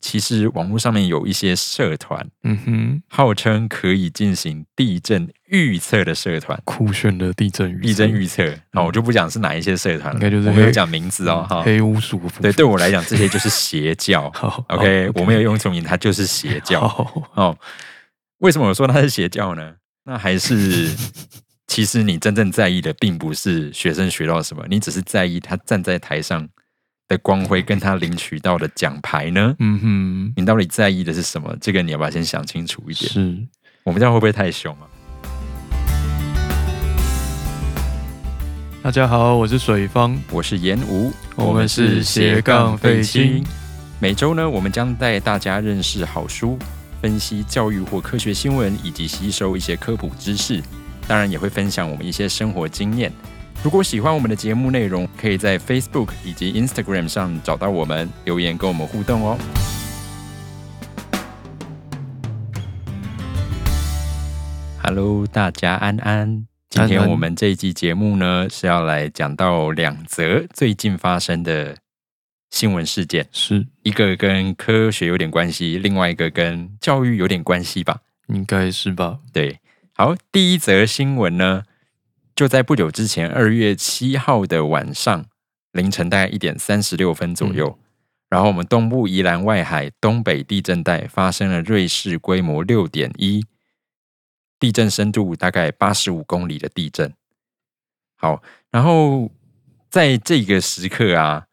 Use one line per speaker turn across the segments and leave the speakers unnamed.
其实网络上面有一些社团，
嗯哼，
号称可以进行地震预测的社团。
酷炫的地震预测
地震预测，那、我就不讲是哪一些社团了，
应该就是
我没有
黑嗯
讲名字哦，哈、
黑屋鼠夫。
对，对我来讲，这些就是邪教
好
OK，我没有用错名，它就是邪教。
好
哦，为什么我说它是邪教呢？那还 是其实你真正在意的，并不是学生学到什么，你只是在意他站在台上的光辉，跟他领取到的奖牌呢。
嗯
你到底在意的是什么？这个你要不要先想清楚一
哼，
点？
是
我们这样会不会太凶啊？
大家好，我是水方，
我是严吴，
我们是斜杠废青。
每周呢，我们将带大家认识好书，分析教育或科学新闻，以及吸收一些科普知识。当然，也会分享我们一些生活经验。如果喜欢我们的节目内容，可以在 Facebook 以及 Instagram 上找到我们，留言跟我们互动哦。Hello，大家安安。今
安
天
安
我们这一期节目呢，是要来讲到两则最近发生的新闻事件，
是
一个跟科学有点关系，另外一个跟教育有点关系吧。
应该是吧？。
对，好，第一则新闻呢，就在不久之前，二月七号的晚上凌晨大概一点三十六分左右，然后我们东部宜兰外海东北地震带发生了瑞士规模六点一，地震深度大概八十五公里的地震。好，然后在这个时刻啊，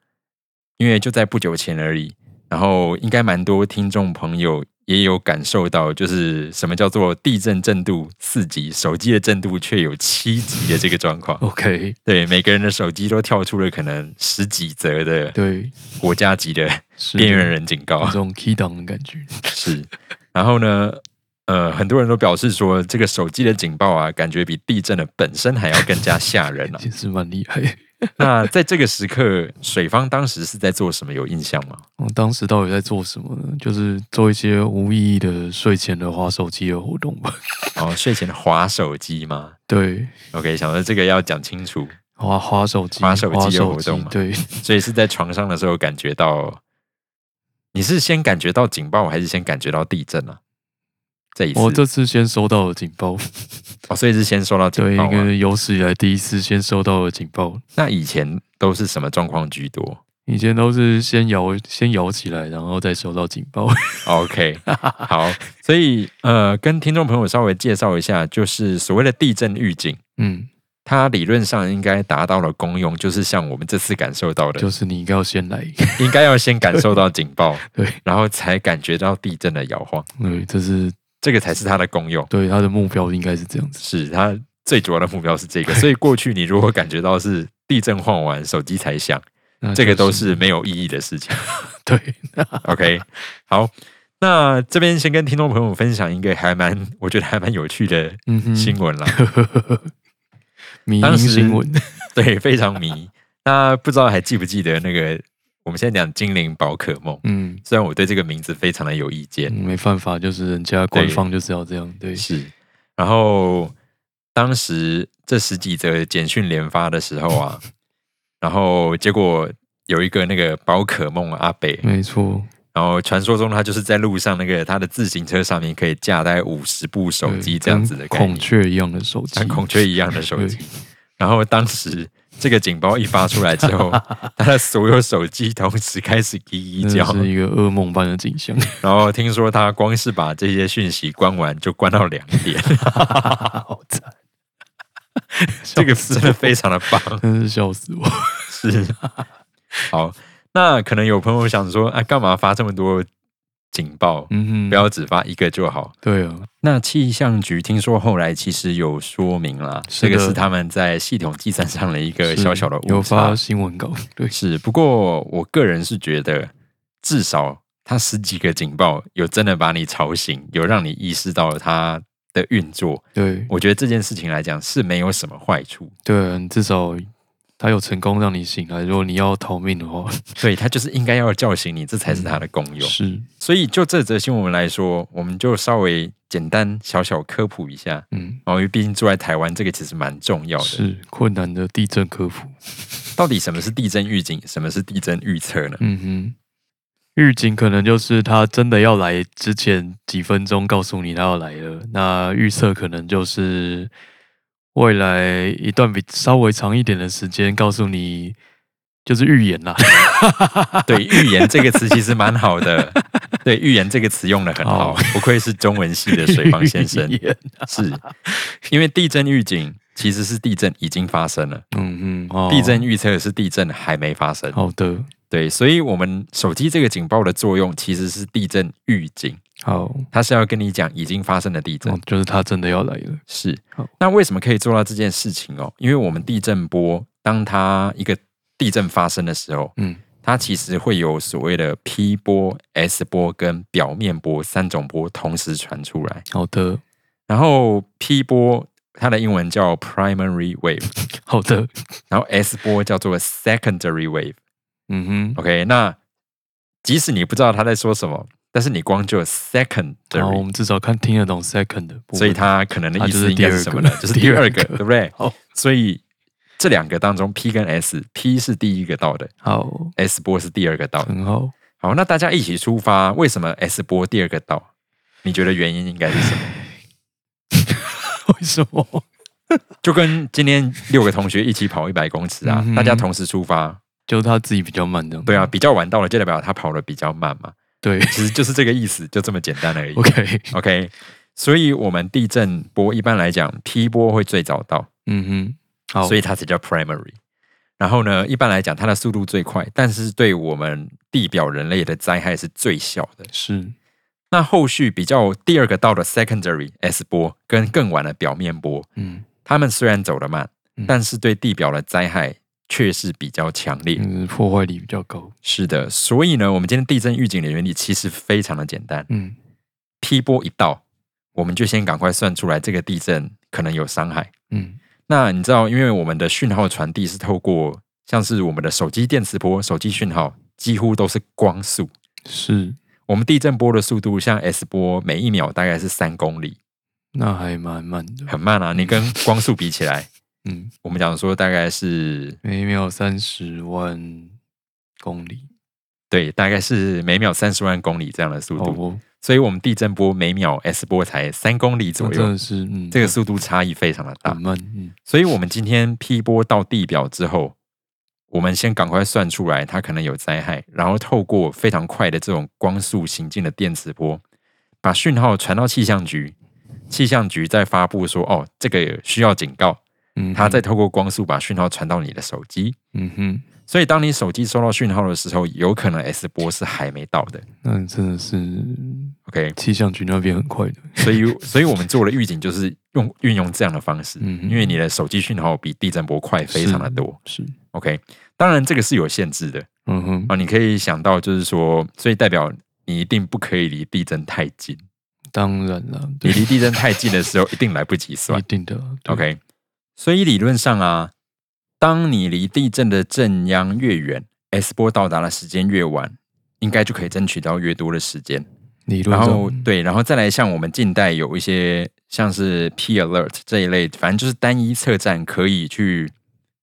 因为就在不久前而已，然后应该蛮多听众朋友也有感受到，就是什么叫做地震震度四级，手机的震度却有七级的这个状况
OK，
对，每个人的手机都跳出了可能十几则的
对，
国家级的
是
边缘人哦警告
有这。种 key down 的感觉，
是，然后呢，呃，很多人都表示说，这个手机的警报啊，感觉比地震的本身还要更加吓人啊。
也是蛮厉害。
那在这个时刻，水方当时是在做什么？有印象吗？
我当时到底在做什么呢？就是做一些无意义的睡前的划手机的活动吧。
哦，睡前划手机吗
对，
？OK，想说这个要讲清楚，
划划手机，
划手机的活动嘛
对，
所以是在床上的时候感觉到，你是先感觉到警报，还是先感觉到地震啊？这一次，
我这次先收到了警报，
哦，所以是先收到警
对，
报
应
吗
该？是有史以来第一次先收到了警报。
那以前都是什么状况居多？
以前都是先摇先摇起来，然后再收到警报。
OK，好，所以呃，跟听众朋友稍微介绍一下，就是所谓的地震预警，
嗯，
它理论上应该达到了功用，就是像我们这次感受到的，
就是你应该要先来。
应该要先感受到警报，
对
然后才感觉到地震的摇晃，
对，这是
这个才是它的功用，
对他的目标应该是这样子。
是它最主要的目标是这个。所以过去你如果感觉到是地震晃完手机才响，
那
这个
就
都是没有意义的事情。
对，
OK，好，那这边先跟听众朋友分享一个还蛮，我觉得还蛮有趣的
嗯哼，
新闻啦。
迷
当
因
时
新闻
对，非常迷。那不知道还记不记得那个我们现在讲精灵宝可梦？
嗯。
虽然我对这个名字非常的有意见，
嗯没办法，就是人家官
对
方就是要这样，对，
是。然后当时这十几则简讯连发的时候啊，然后结果有一个那个宝可梦阿北，
没错，
然后传说中他就是在路上那个他的自行车上面可以架大概五十部手
对
机这样
跟
子的概念
孔雀一样的手机，
像孔雀一样的手机。然后当时这个警报一发出来之 后，他的所有手机同时开始叽
真
叽
的
叫。
嗯是一个噩梦般的景象，
然后听说他光是把这些讯息关完就关到两 点，
好惨，
这个
笑死
真的
我
非常的棒。
真是笑 死我。
是， 好，那可能有朋友想说，啊，干嘛发这么多警报？
嗯哼，
不要只发一个就好。
对啊，
那气象局听说后来其实有说明啦，
是
这
的
个是他们在系统计算上的一个
是
小小的误
有
差
发。新闻稿， 对，
是，不过我个人是觉得，至少它十几个警报有真的把你吵醒，有让你意识到它的运作。
对，
我觉得这件事情来讲是没有什么坏处，
对，你至少他有成功让你醒来。如果你要逃命的话，
所以它就是应该要叫醒你，这才是它的功用。
是，
所以就这则新闻来说，我们就稍微简单小小科普一下。
嗯，
哦，因为毕竟住在台湾，这个其实蛮重要的。
是困难的地震科普。
到底什么是地震预警，什么是地震预测呢？
嗯哼，预警可能就是他真的要来之前几分钟告诉你他要来了。那预测可能就是未来一段比稍微长一点的时间告诉你，就是预言啦。
对，预言这个词其实蛮好的，对，预言这个词用的很
哦
好，不愧是中文系的水房先生
预，言啊
是因为地震预警其实是地震已经发生了，
嗯嗯，哦
地震预测是地震还没发生，
好的，
对，所以我们手机这个警报的作用其实是地震预警，
好，
它是要跟你讲已经发生的地震
哦，就是他真的要来了。
是
好，
那为什么可以做到这件事情哦？因为我们地震波，当它一个地震发生的时候，
嗯，
它其实会有所谓的 P 波、S 波跟表面波三种波同时传出来。
好的，
然后 P 波它的英文叫 primary wave，
好的，
然后 S 波叫做 secondary wave。
嗯
OK，那即使你不知道他在说什么，但是你光就
哼，然后
secondary，、
我们至少看听得懂 second 的部分，
所以哦它可能的意思应该是什么呢？
它
就
就是 是
第
第
二
二
个，
个
对不对？
好
所以这两个当中，P 跟 S，P 是第一个到的
好，
，S 波是第二个到的。
很好。
好，那大家一起出发，为什么 S 波第二个到？你觉得原因应该是什么？
为什么？
就跟今天六个同学一起跑一百公尺啊
嗯，哼
大家同时出发，
就是他自己比较慢这样。
对啊，，比较晚到了就代表他跑的比较慢嘛，
对
其实就是这个意思，就这么简单而已。
，OK，
OK，所以我们地震波一般来讲，P 波会最早到，
嗯哼，好，
所
以
以它才叫 primary。然后呢，一般来讲，它的速度最快，但是对我们地表人类的灾害是最小的。
是
那后续比较第二个到的 secondary S 波跟更晚的表面波，
嗯，
它们虽然走得慢
嗯，
但是对地表的灾害却是比较强烈。
嗯，破坏力比较高，
是的，所以呢，我们今天地震预警的原理其实非常的简单
嗯，
，P 波一到，我们就先赶快算出来这个地震可能有伤害。
嗯
那你知道，因为我们的讯号传递是透过像是我们的手机电磁波、手机讯号，几乎都是光速。
是，
我们地震波的速度，像 S 波，每一秒大概是三公里，
那还蛮慢的，
很慢啊。你跟光速比起来，
嗯，
我们讲说大概是
每秒三十万公里，
对，大概是每秒三十万公里这样的速
好
度。
不？
所以，我们地震波每秒 S 波才三公里
那
左
真
右，
的是，嗯，
这个速度差异非常的大
很。慢，嗯，
所以，我们今天 P 波到地表之后，我们先赶快算出来它可能有灾害，然后透过非常快的这种光速行进的电磁波，把讯号传到气象局，气象局再发布说哦，这个需要警告，
嗯，
它再，透过光速把讯号传到你的手机。
嗯哼，
所以，当你手机收到讯号的时候，有可能 S 波是还没到的。
那真的是
OK，
气象局那边很快的，
所 以，所以我们做了预警，就是用运用这样的方式，
嗯哼
因为你的手机讯号比地震波快非常的
是
多。
是，
OK，当然这个是有限制的。
嗯哼，
啊，你可以想到，就是说，所以代表你一定不可以离地震太近。
当然了，
你
对，
离地震太近的时候，一定来不及
一
算。
定的啊 对
OK，所以理论上啊，当你离地震的震央越远，S 波到达的时间越晚，应该就可以争取到越多的时间。
理论
然
上，
后对，然后再来像我们近代有一些像是 P alert 这一类，反正就是单一测站可以去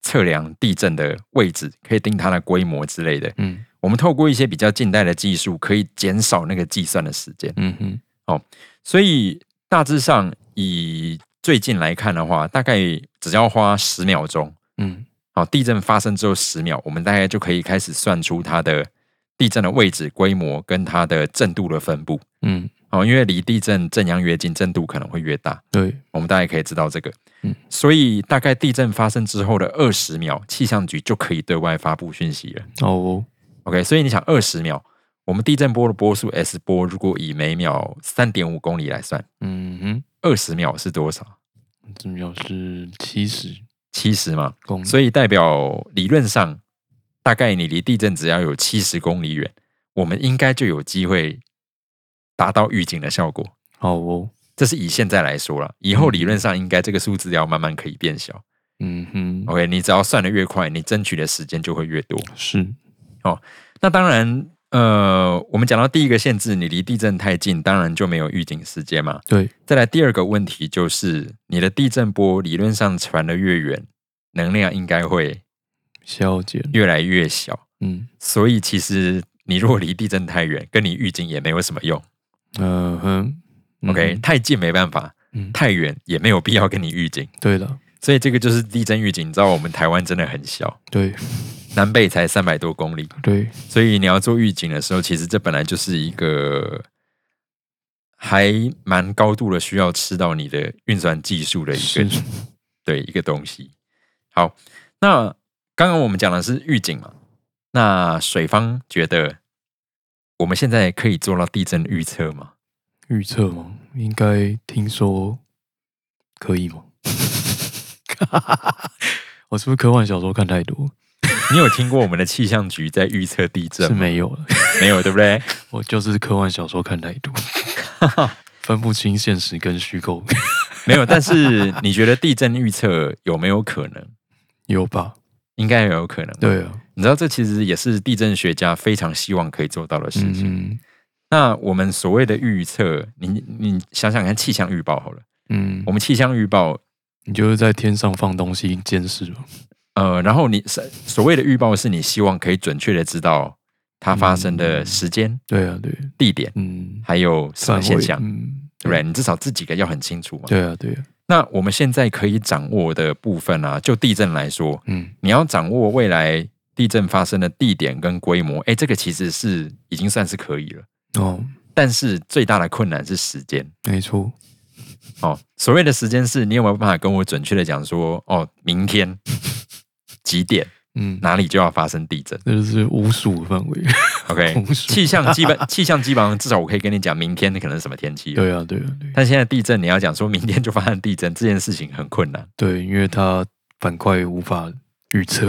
测量地震的位置，可以定它的规模之类的。
嗯
我们透过一些比较近代的技术，可以减少那个计算的时间。
嗯哼，
所以大致上以最近来看的话，大概只要花十秒钟，
嗯
好，地震发生之后十秒，我们大概就可以开始算出它的地震的位置、规模跟它的震度的分布。
嗯，
哦，因为离地震震央越近，震度可能会越大。
对，
我们大概可以知道这个。
嗯
所以大概地震发生之后的二十秒，气象局就可以对外发布讯息了。
好哦，
OK，所以你想二十秒，我们地震波的波速 S 波，如果以每秒三点五公里来算，
嗯哼。
二十秒是多少？
这秒是七十
七十嘛，
公里，
所以代表理论上，大概你离地震只要有七十公里远，我们应该就有机会达到预警的效果。
好哦，
这是以现在来说了，以后理论上应该这个数字要慢慢可以变小。
嗯哼，
OK，你只要算的越快，你争取的时间就会越多。
是，
那当然，呃，我们讲到第一个限制，你离地震太近，当然就没有预警时间嘛。
对，
再来第二个问题就是，你的地震波理论上传的越远，能量应该会
消减，
越来越小，
嗯，
所以其实你如果离地震太远，跟你预警也没有什么用。
嗯哼
OK，、
嗯
太近没办法，
嗯
太远也没有必要跟你预警。
对了，
所以这个就是地震预警。你知道我们台湾真的很小，
对
南北才三百多公里，
对，
所以你要做预警的时候，其实这本来就是一个还蛮高度的需要吃到你的运算技术的一
是
个对一个东西。好，那刚刚我们讲的是预警嘛，那水方觉得我们现在可以做到地震预测吗？
预测吗？应该听说可以吗？ 我是不是科幻小说看太多？
你有听过我们的气象局在预测地震
是
吗？
没有了，
没有，对不对？
我就是科幻小说看太 多，分不清现实跟虚构，
没有。但是你觉得地震预测有没有可能？
有吧？
应该有可能。，
对啊，
你知道这其实也是地震学家非常希望可以做到的事情。
嗯
那我们所谓的预测，你你想想看，气象预报好了，
嗯
我，们气象预报
你就是在天上放东西监视嘛，
呃，然后你所所谓的预报是你希望可以准确的知道它发生的时间、
对啊，对，
地点，
嗯，
还有什么
范
现
围
象，
嗯，
对不对？你至少这几个要很清楚嘛。
对啊，对啊，
那我们现在可以掌握的部分啊，就地震来说，
嗯，
你要掌握未来地震发生的地点跟规模，哎，这个其实是已经算是可以了。
哦，
但是最大的困难是时间
没错，
哦。所谓的时间是你有没有办法跟我准确的讲说，哦，明天 几点
嗯，
哪里就要发生地震
这就是巫术的范围，
？OK，
巫术，
气象基本 气象基本上至少我可以跟你讲，明天可能是什么天气。
对啊，对啊，对啊
但现在地震，你要讲说明天就发生地震这件事情很困难。
对，因为它板块无法预测，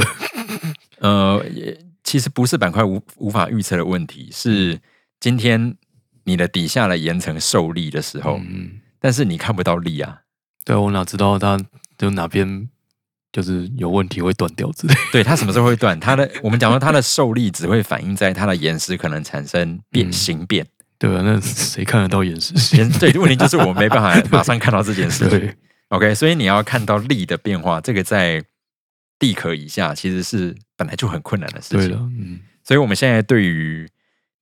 嗯
呃，也其实不是板块无无法预测的问题，是
嗯
今天你的底下的岩层受力的时候，
嗯，
但是你看不到力啊。
对啊我哪知道它就哪边就是有问题会断掉之类的，
对，它什么时候会断？它的 我们讲说它的受力只会反映在它的岩石可能产生变
嗯
形变。
对啊，那谁看得到岩 石线？
岩对，问题就是我没办法马上看到这件事情。
对，
OK，所以你要看到力的变化，这个在地壳以下其实是本来就很困难的事
对
情
了。，嗯，
所以我们现在对于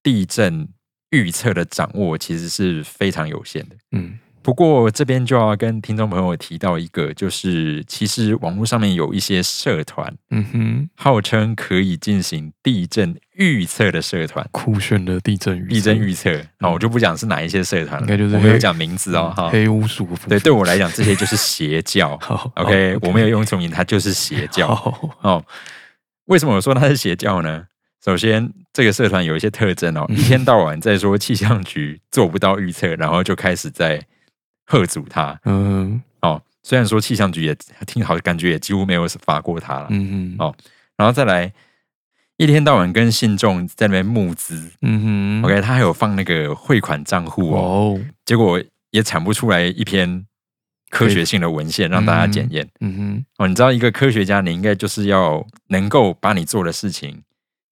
地震预测的掌握其实是非常有限的。
嗯，
不过这边就要跟听众朋友提到一个，就是其实网络上面有一些社团
嗯哼，
号称可以进行地震预测的社团，
酷炫的地震预测
地震预测，那、我就不讲是哪一些社团了，
嗯应该就是
我没有
黑
讲名字哦，哈。
黑巫术的部分，
对，对我来讲，这些就是邪 教。
好
OK，我没有用错名，它就是邪教
哦好，
哦。为什么我说它是邪教呢？首先，这个社团有一些特征哦，
嗯
一天到晚在说气象局做不到预测，然后就开始在喝阻它
嗯
哦。虽然说气象局也听好，感觉也几乎没有罚过他了。
嗯
哦然后再来，一天到晚跟信众在那边募资、
嗯哼
o k 他还有放那个汇款账户
哇
哦，
哦，
结果也产不出来一篇科学性的文献让大家检验。
嗯哼，
哦，你知道一个科学家，你应该就是要能够把你做的事情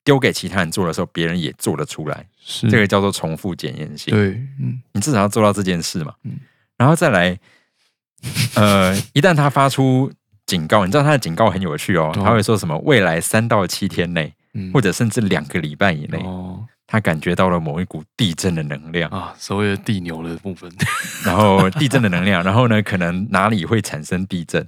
丢给其他人做的时候，别人也做得出来，
是
这个叫做重复检验性。
对，嗯
你至少要做到这件事嘛。
嗯
然后再来，呃， 一旦他发出警告，你知道他的警告很有趣哦，
哦
他会说什么？未来三到七天内，
嗯，
或者甚至两个礼拜以内，
哦
他感觉到了某一股地震的能量，
啊，所谓的地牛的部分，
然后地震的能量，然后呢，可能哪里会产生地震。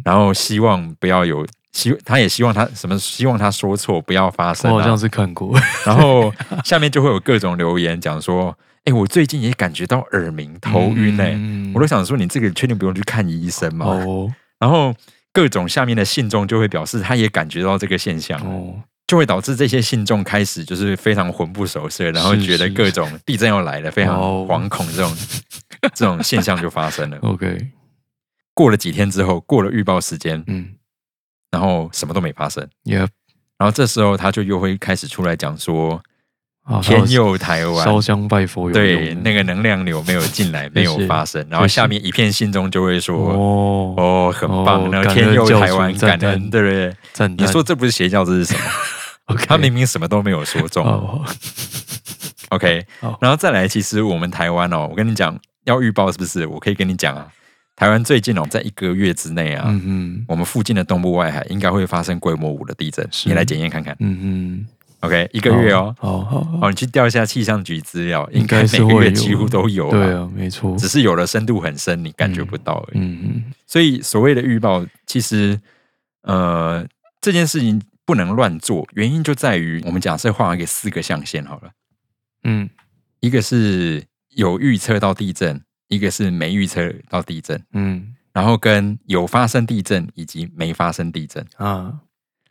然后希望不要有希，他也希望他什么，希望他说错不要发
哼，
生、
我好像
啊。
是看过，
然后下面就会有各种留言讲说，哎、我最近也感觉到耳鸣、头晕哎、
嗯
我都想说你这个确定不用去看医生吗？
哦
然后各种下面的信众就会表示他也感觉到这个现象，
哦，
就会导致这些信众开始就是非常魂不守舍，然后
是
觉得
是
各种地震要来了，非常
哦
惶恐这种、这种现象就发生了。
OK，
过了几天之后，过了预报时间，
嗯
然后什么都没发生。
，Yep，
然后这时候他就又会开始出来讲说，
啊
天佑台湾，
烧香拜佛有
对
用的
那个能量流没有进来，没有发生。然后下面一片心中就会说，
哦，
哦，很棒，
哦
然后
感
天佑
恩教
台
主
湾，
赞
感恩，
叹
对不对？
赞
你
叹，
说这不是邪教，这是什么？
OK，
他明明什么都没有说中。
哦， 好
OK，
好
然后再来，其实我们台湾哦，我跟你讲，要预报是不是？我可以跟你讲啊，台湾最近哦，在一个月之内啊，
嗯嗯
我们附近的东部外海应该会发生规模五的地震，
是
你来检验看看。
嗯嗯，
OK，一个月哦。
好好好，
哦，你去调一下气象局资料，应
应
该
该
每
是
个
会
月
有
几乎都有、
对，啊，没错，
只是有的深度很深，你感觉不到而已。
嗯
所以所谓的预报，其实呃这件事情不能乱做，原因就在于我们假设画一个四个象限好了，
嗯
一个是有预测到地震，一个是没预测到地震，
嗯
然后跟有发生地震以及没发生地震。
啊，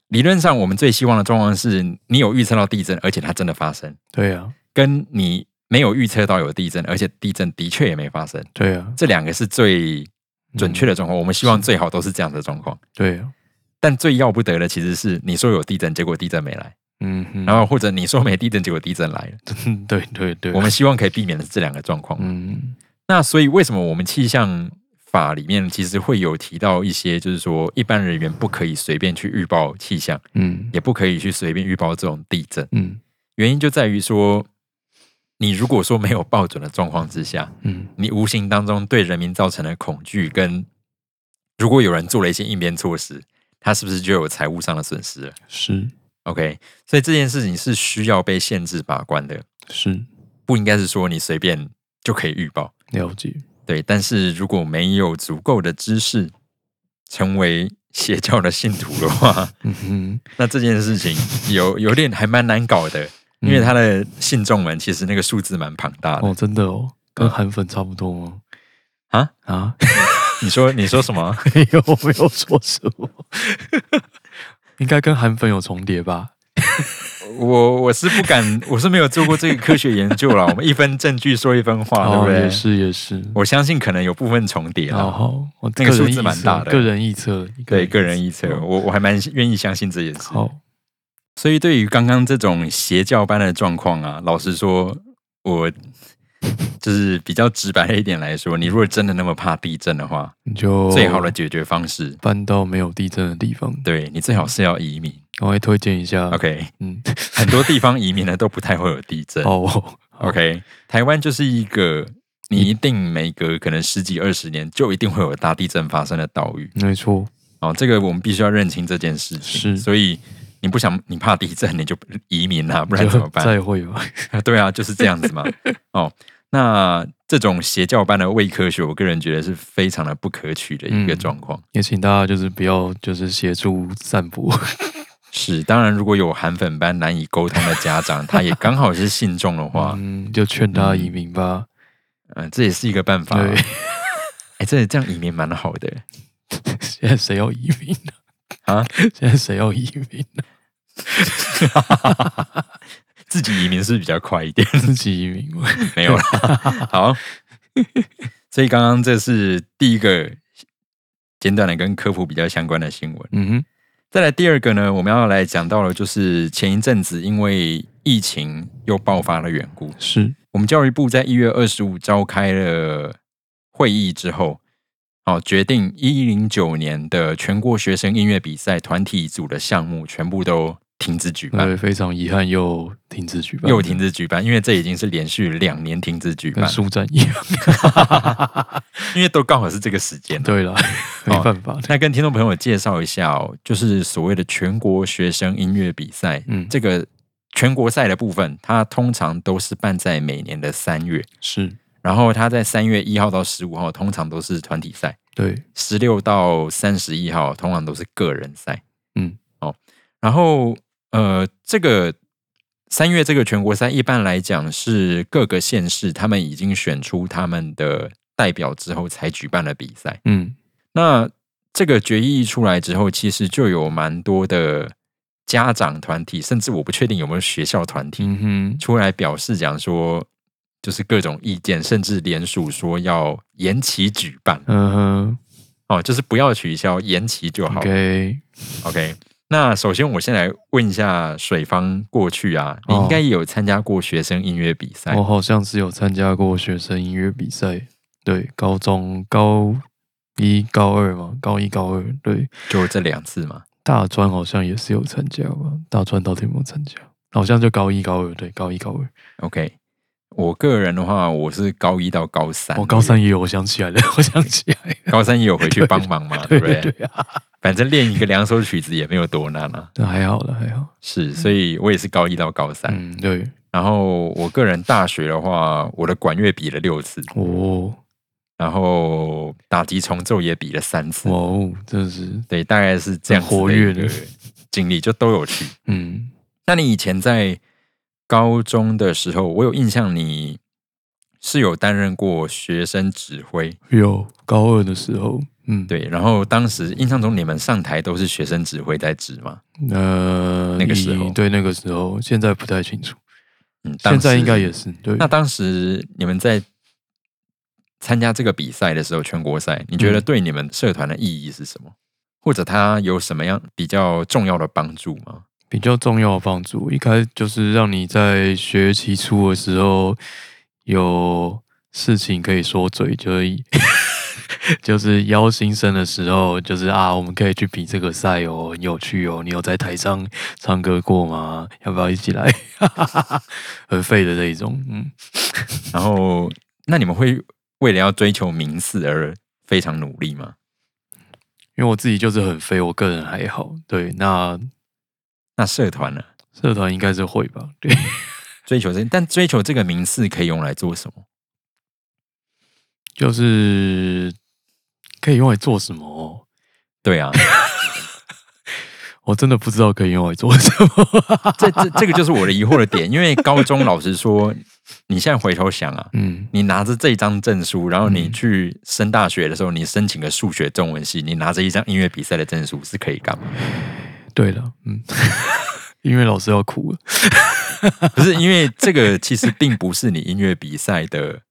理论上，我们最希望的状况是你有预测到地震，而且它真的发生，
对啊，
跟你没有预测到有地震，而且地震的确也没发生，
对啊，
这两个是最准确
的，
的状况。我们希望最好都是这样的状况。
对啊，
但最要不得的其实是你说有地震，结果地震没来，
嗯哼，
然后或者你说没地震，结果地震来了。
对对对，
我们希望可以避免的是这两个状况。
嗯
那所以为什么我们气象法里面其实会有提到一些，就是说一般人员不可以随便去预报气象，
嗯
也不可以去随便预报这种地震。
嗯
原因就在于说，你如果说没有报准的状况之下，
嗯
你无形当中对人民造成的恐惧，跟如果有人做了一些应变措施，他是不是就有财务上的损失了
是
？OK，所以这件事情是需要被限制把关的，
是
不应该是说你随便就可以预报。
了解，
对，但是如果没有足够的知识，成为邪教的信徒的话，
嗯哼，
那这件事情有有点还蛮难搞的，因为
嗯
他的信众们其实那个数字蛮庞大的。
哦，真的哦，跟韩粉差不多吗？
啊
啊，
你说你说什么？
没有，我没有说什么， 应该跟韩粉有重叠吧？
我我是不敢，我是没有做过这个科学研究啦。我们一分证据说一分话，啊对
哦
不对？
也是也是，
我相信可能有部分重叠
然
啦。
后哦我
啊那个数字蛮大的
个人臆测，
对个人臆测，
哦
我我还蛮愿意相信这件事。
好，
所以对于刚刚这种邪教般的状况啊，老实说，我就是比较直白一点来说，你如果真的那么怕地震的话，
你就
最好的解决方式，
搬到没有地震的地方。
对你最好是要移民。
我会推荐一下。
OK，
嗯，
很多地方移民呢都不太会有地震。
哦，
OK，台湾就是一个你一定每隔可能十几二十年就一定会有大地震发生的岛屿
没错，
哦，这个我们必须要认清这件事情。
是
所以你不想你怕地震，你就移民啊，不然
就
怎么办？
再会吧。
对啊，就是这样子 嘛。哦，那这种邪教般的伪科学，我个人觉得是非常的不可取的一个
嗯
状况。
也请大家就是不要就是协助散播。
是，当然，如果有韩粉般难以沟通的家 长，他也刚好是信众的话，
嗯，就劝他移民吧。
嗯、这也是一个办法。
对，
哎，这这样移民蛮好的。
现在谁要移民呢？
嗯啊，
现在谁要移民呢？
自己移民是比较快一点，
啊自己移民吗？
没有啦。好，所以刚刚这是第一个简短的跟科普比较相关的新闻。
嗯哼，
再来第二个呢，我们要来讲到的就是前一阵子因为疫情又爆发了缘故，
是，
我们教育部在一月二十五召开了会议之后，哦，决定一零九年的全国学生音乐比赛团体组的项目全部都停止举办。
对，非常遗憾又停止举办，
啊又停止举办，因为这已经是连续两年停止举
跟
办，
书展一样。
因为都刚好是这个时间。
对了，没办法的。
哦那跟听众朋友介绍一下哦，就是所谓的全国学生音乐比赛，
嗯，
这个全国赛的部分，它通常都是办在每年的三月，
是
然后它在三月一号到十五号通常都是团体赛，
对，
十六到三十一号通常都是个人赛。
嗯，
哦，然后呃，这个三月这个全国赛一般来讲是各个县市他们已经选出他们的代表之后才举办的比赛。
嗯
那这个决议一出来之后，其实就有蛮多的家长团体，甚至我不确定有没有学校团体、
嗯哼，
出来表示讲说，就是各种意见，甚至联署说要延期举办。
嗯哼
哦，就是不要取消，延期就好。
，OK，
OK 那首先我先来问一下水方，过去啊，你
哦
应该也有参加过学生音乐比赛，
我好像是有参加过学生音乐比赛，对，高中高一高二嘛，高一高二，对，
就这两次嘛。
大专好像也是有参加吧，大专到底有没有参加？好像就高一高二，对，高一高二，
OK，我个人的话，我是高一到高三，
哦 我、高，三也有，我想起来了，我想起来了，
高三也有回去帮忙嘛，对
对
不对？
对啊，
反正练一个两首曲子也没有多难 啊。
那还好了，还好。
是，所以我也是高一到高三。
嗯，对，
然后我个人大学的话，我的管乐比了六次，
哦，
然后打击重奏也比了三次。
哇哦，真的是，
对，大概是这样
很活跃
子
的
的一个经历，就都有去。
嗯，
那你以前在高中的时候，我有印象你是有担任过学生指挥，
有高二的时候，嗯，，
对。然后当时印象中你们上台都是学生指挥在指嘛，
呃，
那个时候
以对，那个时候，现在不太清楚，
嗯，当
现
时
在应该也是，对
那，当时你们在参加这个比赛的时候，全国赛，你觉得
嗯
对你们社团的意义是什么？或者它有什么样比较重要的帮助吗？
比较重要的帮助，一开始就是让你在学期初的时候有事情可以说嘴，就是 就是邀新生的时候，就是啊，我们可以去比这个赛哦，很有趣哦。你有在台上唱歌过吗？要不要一起来？ 很废的这一种，嗯，
然后，那你们会为了要追求名次而非常努力吗？
因为我自己就是很废，我个人还好。对，那
那社团呢？
社团应该是会吧？对，
追求这，但追求这个名次可以用来做什么？
就是可以用来做什么哦、
对啊，
我真的不知道可以用来做什么。
这这这个就是我的疑惑的点，因为高中老实说，你现在回头想啊，
嗯，
你拿着这张证书，然后你
嗯
去升大学的时候，你申请个数学、中文系，你拿着一张音乐比赛的证书是可以干嘛？
对了， 嗯，音乐老师要哭了。
不是因为这个其实并不是你音乐比赛
嗯
的，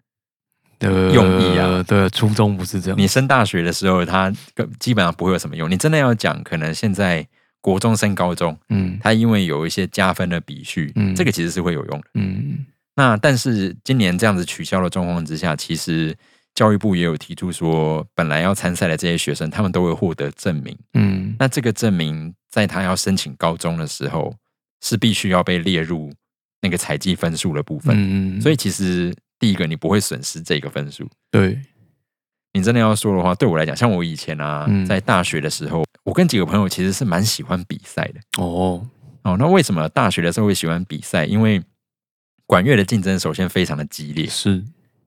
的
用意啊，
对，初衷不是这样。
你升大学的时候它根基本上不会有什么用。你真的要讲，可能现在国中升高中，
嗯
它因为有一些加分的比序，
嗯
这个其实是会有用的。
嗯
那但是今年这样子取消的状况之下，其实教育部也有提出说，本来要参赛的这些学生，他们都会获得证明。
嗯
那这个证明在他要申请高中的时候，是必须要被列入那个采集分数的部分。
嗯，
所
以
以其实第一个你不会损失这个分数。
对，
你真的要说的话，对我来讲，像我以前啊，
嗯
在大学的时候，我跟几个朋友其实是蛮喜欢比赛的。
哦，
哦，那为什么大学的时候会喜欢比赛？因为管乐的竞争首先非常的激烈
是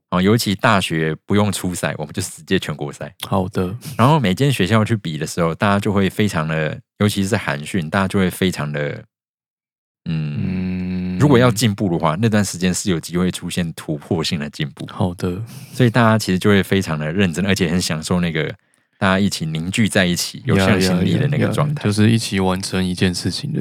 哦，尤其大学不用初赛，我们就直接全国赛。
好的，
然后每间学校去比的时候，大家就会非常的，尤其是韩训，大家就会非常的，嗯，
嗯，
如果要进步的话，那段时间是有机会出现突破性的进步，
好的，
所以大家其实就会非常的认真，而且很享受那个大家一起凝聚在一起、有
呀
向心
呀
力的
呀
那个
呀
状态
就。是一起完成一件事情的，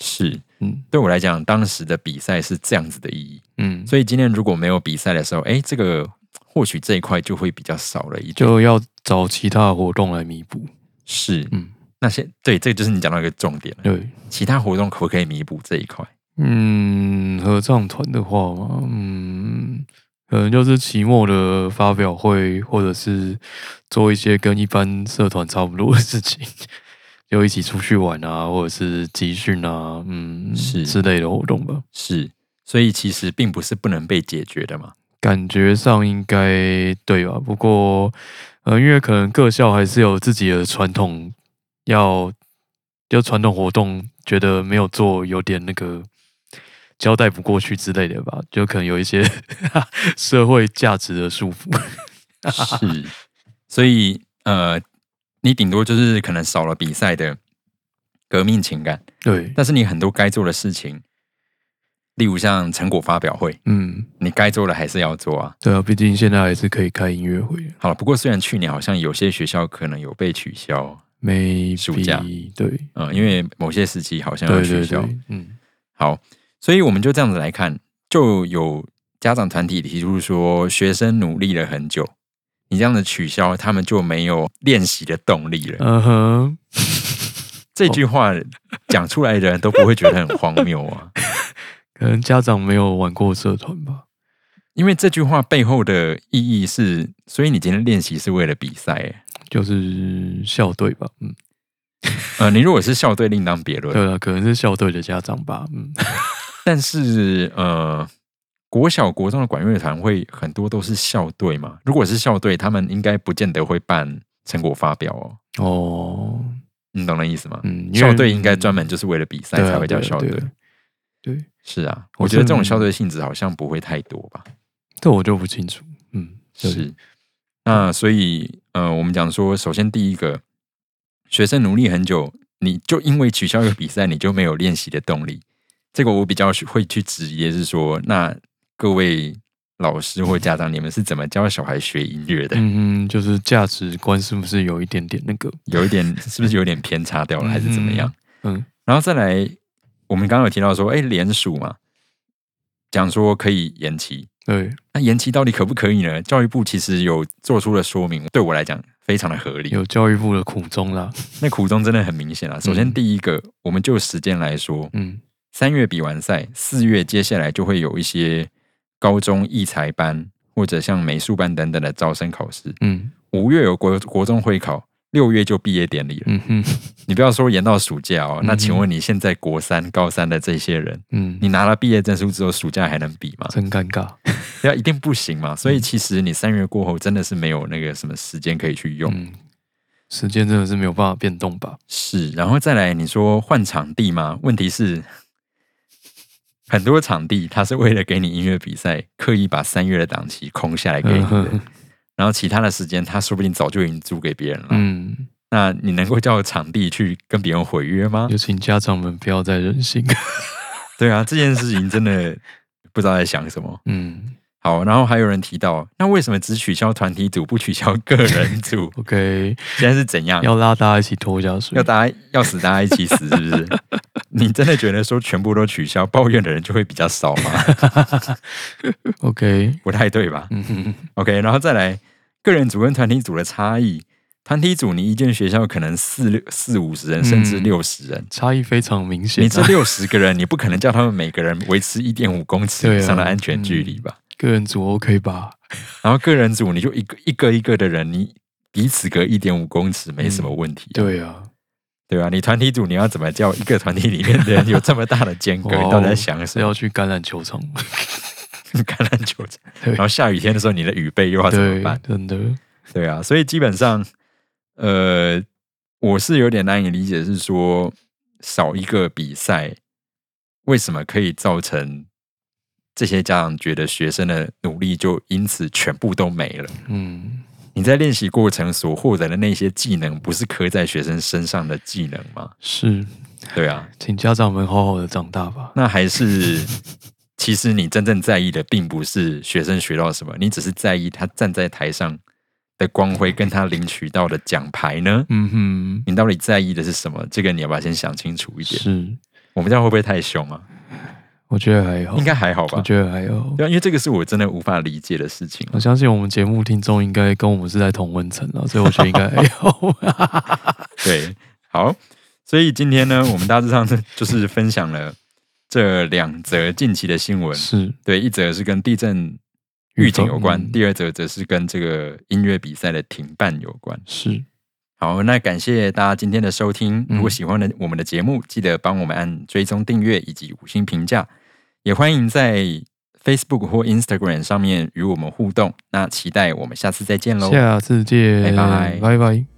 是
嗯
对我来讲，当时的比赛是这样子的意义。
嗯，
所以今天如果没有比赛的时候，哎，这个或许这一块就会比较少了一点。
就要找其他活动来弥补，
是，
嗯，
那些对，这就是你讲到一个重点了。
对，
其他活动可不可以弥补这一块？
嗯，合唱团的话嘛，嗯，可能就是期末的发表会，或者是做一些跟一般社团差不多的事情， 就一起出去玩啊，或者是集训啊，嗯，
是
之类的活动吧。
是，所以其实并不是不能被解决的嘛。
感觉上应该对吧？不过，呃，因为可能各校还是有自己的传统，要就传统活动，觉得没有做有点那个交代不过去之类的吧，就可能有一些 社会价值的束缚。
是， 所以呃，你顶多就是可能少了比赛的革命情感，
对，
但是你很多该做的事情，例如像成果发表会，
嗯，
你该做的还是要做啊。
对啊，毕竟现在还是可以开音乐会的
好了，不过虽然去年好像有些学校可能有被取消，
，maybe
暑假
对
嗯，因为某些时期好像要
对
取
对
消。
对，嗯
好，所以我们就这样子来看，就有家长团体提出说，学生努力了很久，你这样的取消，他们就没有练习的动力了。
嗯哼，
这句话讲出来的人都不会觉得很荒谬啊，
可能家长没有玩过社团吧。
因为这句话背后的意义是，所以你今天练习是为了比赛欸。
就是校队吧，嗯，
呃，你如果是校队，另当别论。
对啊了，可能是校队的家长吧， 嗯，
但是呃，国小国中的管乐团会很多都是校队嘛，如果是校队，他们应该不见得会办成果发表哦。
哦，
你懂那意思吗？
嗯，因为
校队应该专门就是为了比赛
对啊
才会叫
对啊
校
对啊
队。
对啊，
是啊，
我
我觉得这种
真
校队性质好像不会太多吧。
这我就不清楚。嗯，对
是，那所以呃，我们讲说，首先第一个，学生努力很久，你就因为取消一个比赛，你就没有练习的动力。这个我比较会去质疑的是说，那各位老师或家长，你们是怎么教小孩学音乐的？
嗯嗯，就是价值观是不是有一点点那个？
有一点 是不是有点偏差掉了，还是怎么样？
嗯，
然后再来，我们刚刚有提到说，哎，联署嘛，讲说可以延期，
对，
那延期到底可不可以呢？教育部其实有做出了说明，对我来讲非常的合理。
有教育部的苦衷啦。
那苦衷真的很明显啊。首先
嗯
第一个，我们就时间来说，
嗯
三月比完赛，四月接下来就会有一些高中艺才班或者像美术班等等的招生考试，
嗯
五月有国国中会考。六月就毕业典礼了，
嗯哼
你不要说延到暑假哦。
嗯
那请问你现在国三、高三的这些人，
嗯，
你拿了毕业证书之后，暑假还能比吗？
真尴尬。
对啊，一定不行嘛。
嗯
所以其实你三月过后真的是没有那个什么时间可以去用。
嗯，时间真的是没有办法变 动吧？
是，然后再来你说换场地吗？问题是很多场地它是为了给你音乐比赛，刻意把三月的档期空下来给你
嗯
的，
哼
然后其他的时间他说不定早就已经租给别人了。
嗯，
那你能够叫场地去跟别人毁约吗？
有请家长们不要再任性。
对啊，这件事情真的不知道在想什么。
嗯？
好，然后还有人提到，那为什么只取消团体组，不取消个人组
，OK，
现在是怎样？
要拉大家一起拖下水
啊要。大家要死，大家一起死，是不是？ 你真的觉得说全部都取消，抱怨的人就会比较少 吗？
OK，
不太对吧
嗯哼，
？OK，然后再来个人组跟团体组的差异。团体组你一间学校可能四六四五十人，甚至
嗯
六十人。
差异非常明显、
你这
啊。
六十个人，你不可能叫他们每个人维持一点五公尺
对啊嗯
以上的安全距离吧？
个人组 OK 吧？
然后个人组你就一个一个一个的人，你彼此隔一点五公尺没什么问题、啊，
嗯对啊，
对吧？你团体组你要怎么叫一个团体里面的 人有这么大的间隔？
哇哦
你到底在想什
是
么？
要去橄榄球 场。
橄榄球场，
对
然后下雨天的时候，你的雨备又要怎么
对
办？，
真的。
对啊，所以基本上，呃，我是有点难以理解，是说少一个比赛，为什么可以造成这些家长觉得学生的努力就因此全部都没了？
嗯，
你在练习过程所获得的那些技能，不是刻在学生身上的技能吗？
是，
对啊，
请家长们好好的长大吧。
那还是其实你真正在意的，并不是学生学到什么，你只是在意他站在台上的光辉，跟他领取到的奖牌呢？
嗯
你到底在意的是什么？这个你要不要先想清楚
哼，
一点？
是，
我们这样会不会太凶啊？
我觉得还好，
应该还好吧
我？觉得还好。
对啊，因为这个是我真的无法理解的事情啊。
我相信我们节目听众应该跟我们是在同温层了，啊所以我觉得应该 还好。
对，好，所以今天呢，我们大致上是就是分享了这两则近期的新闻。
是，
对，一则是跟地震预警有关，
嗯
第二则则是跟这个音乐比赛的停办有关。
是，
好，那感谢大家今天的收听。如果喜欢的我们的节目，记得帮我们按追踪订阅以及五星评价，也欢迎在 Facebook 或 Instagram 上面与我们互动。那期待我们下次再见喽，
下次见，
拜拜
拜拜。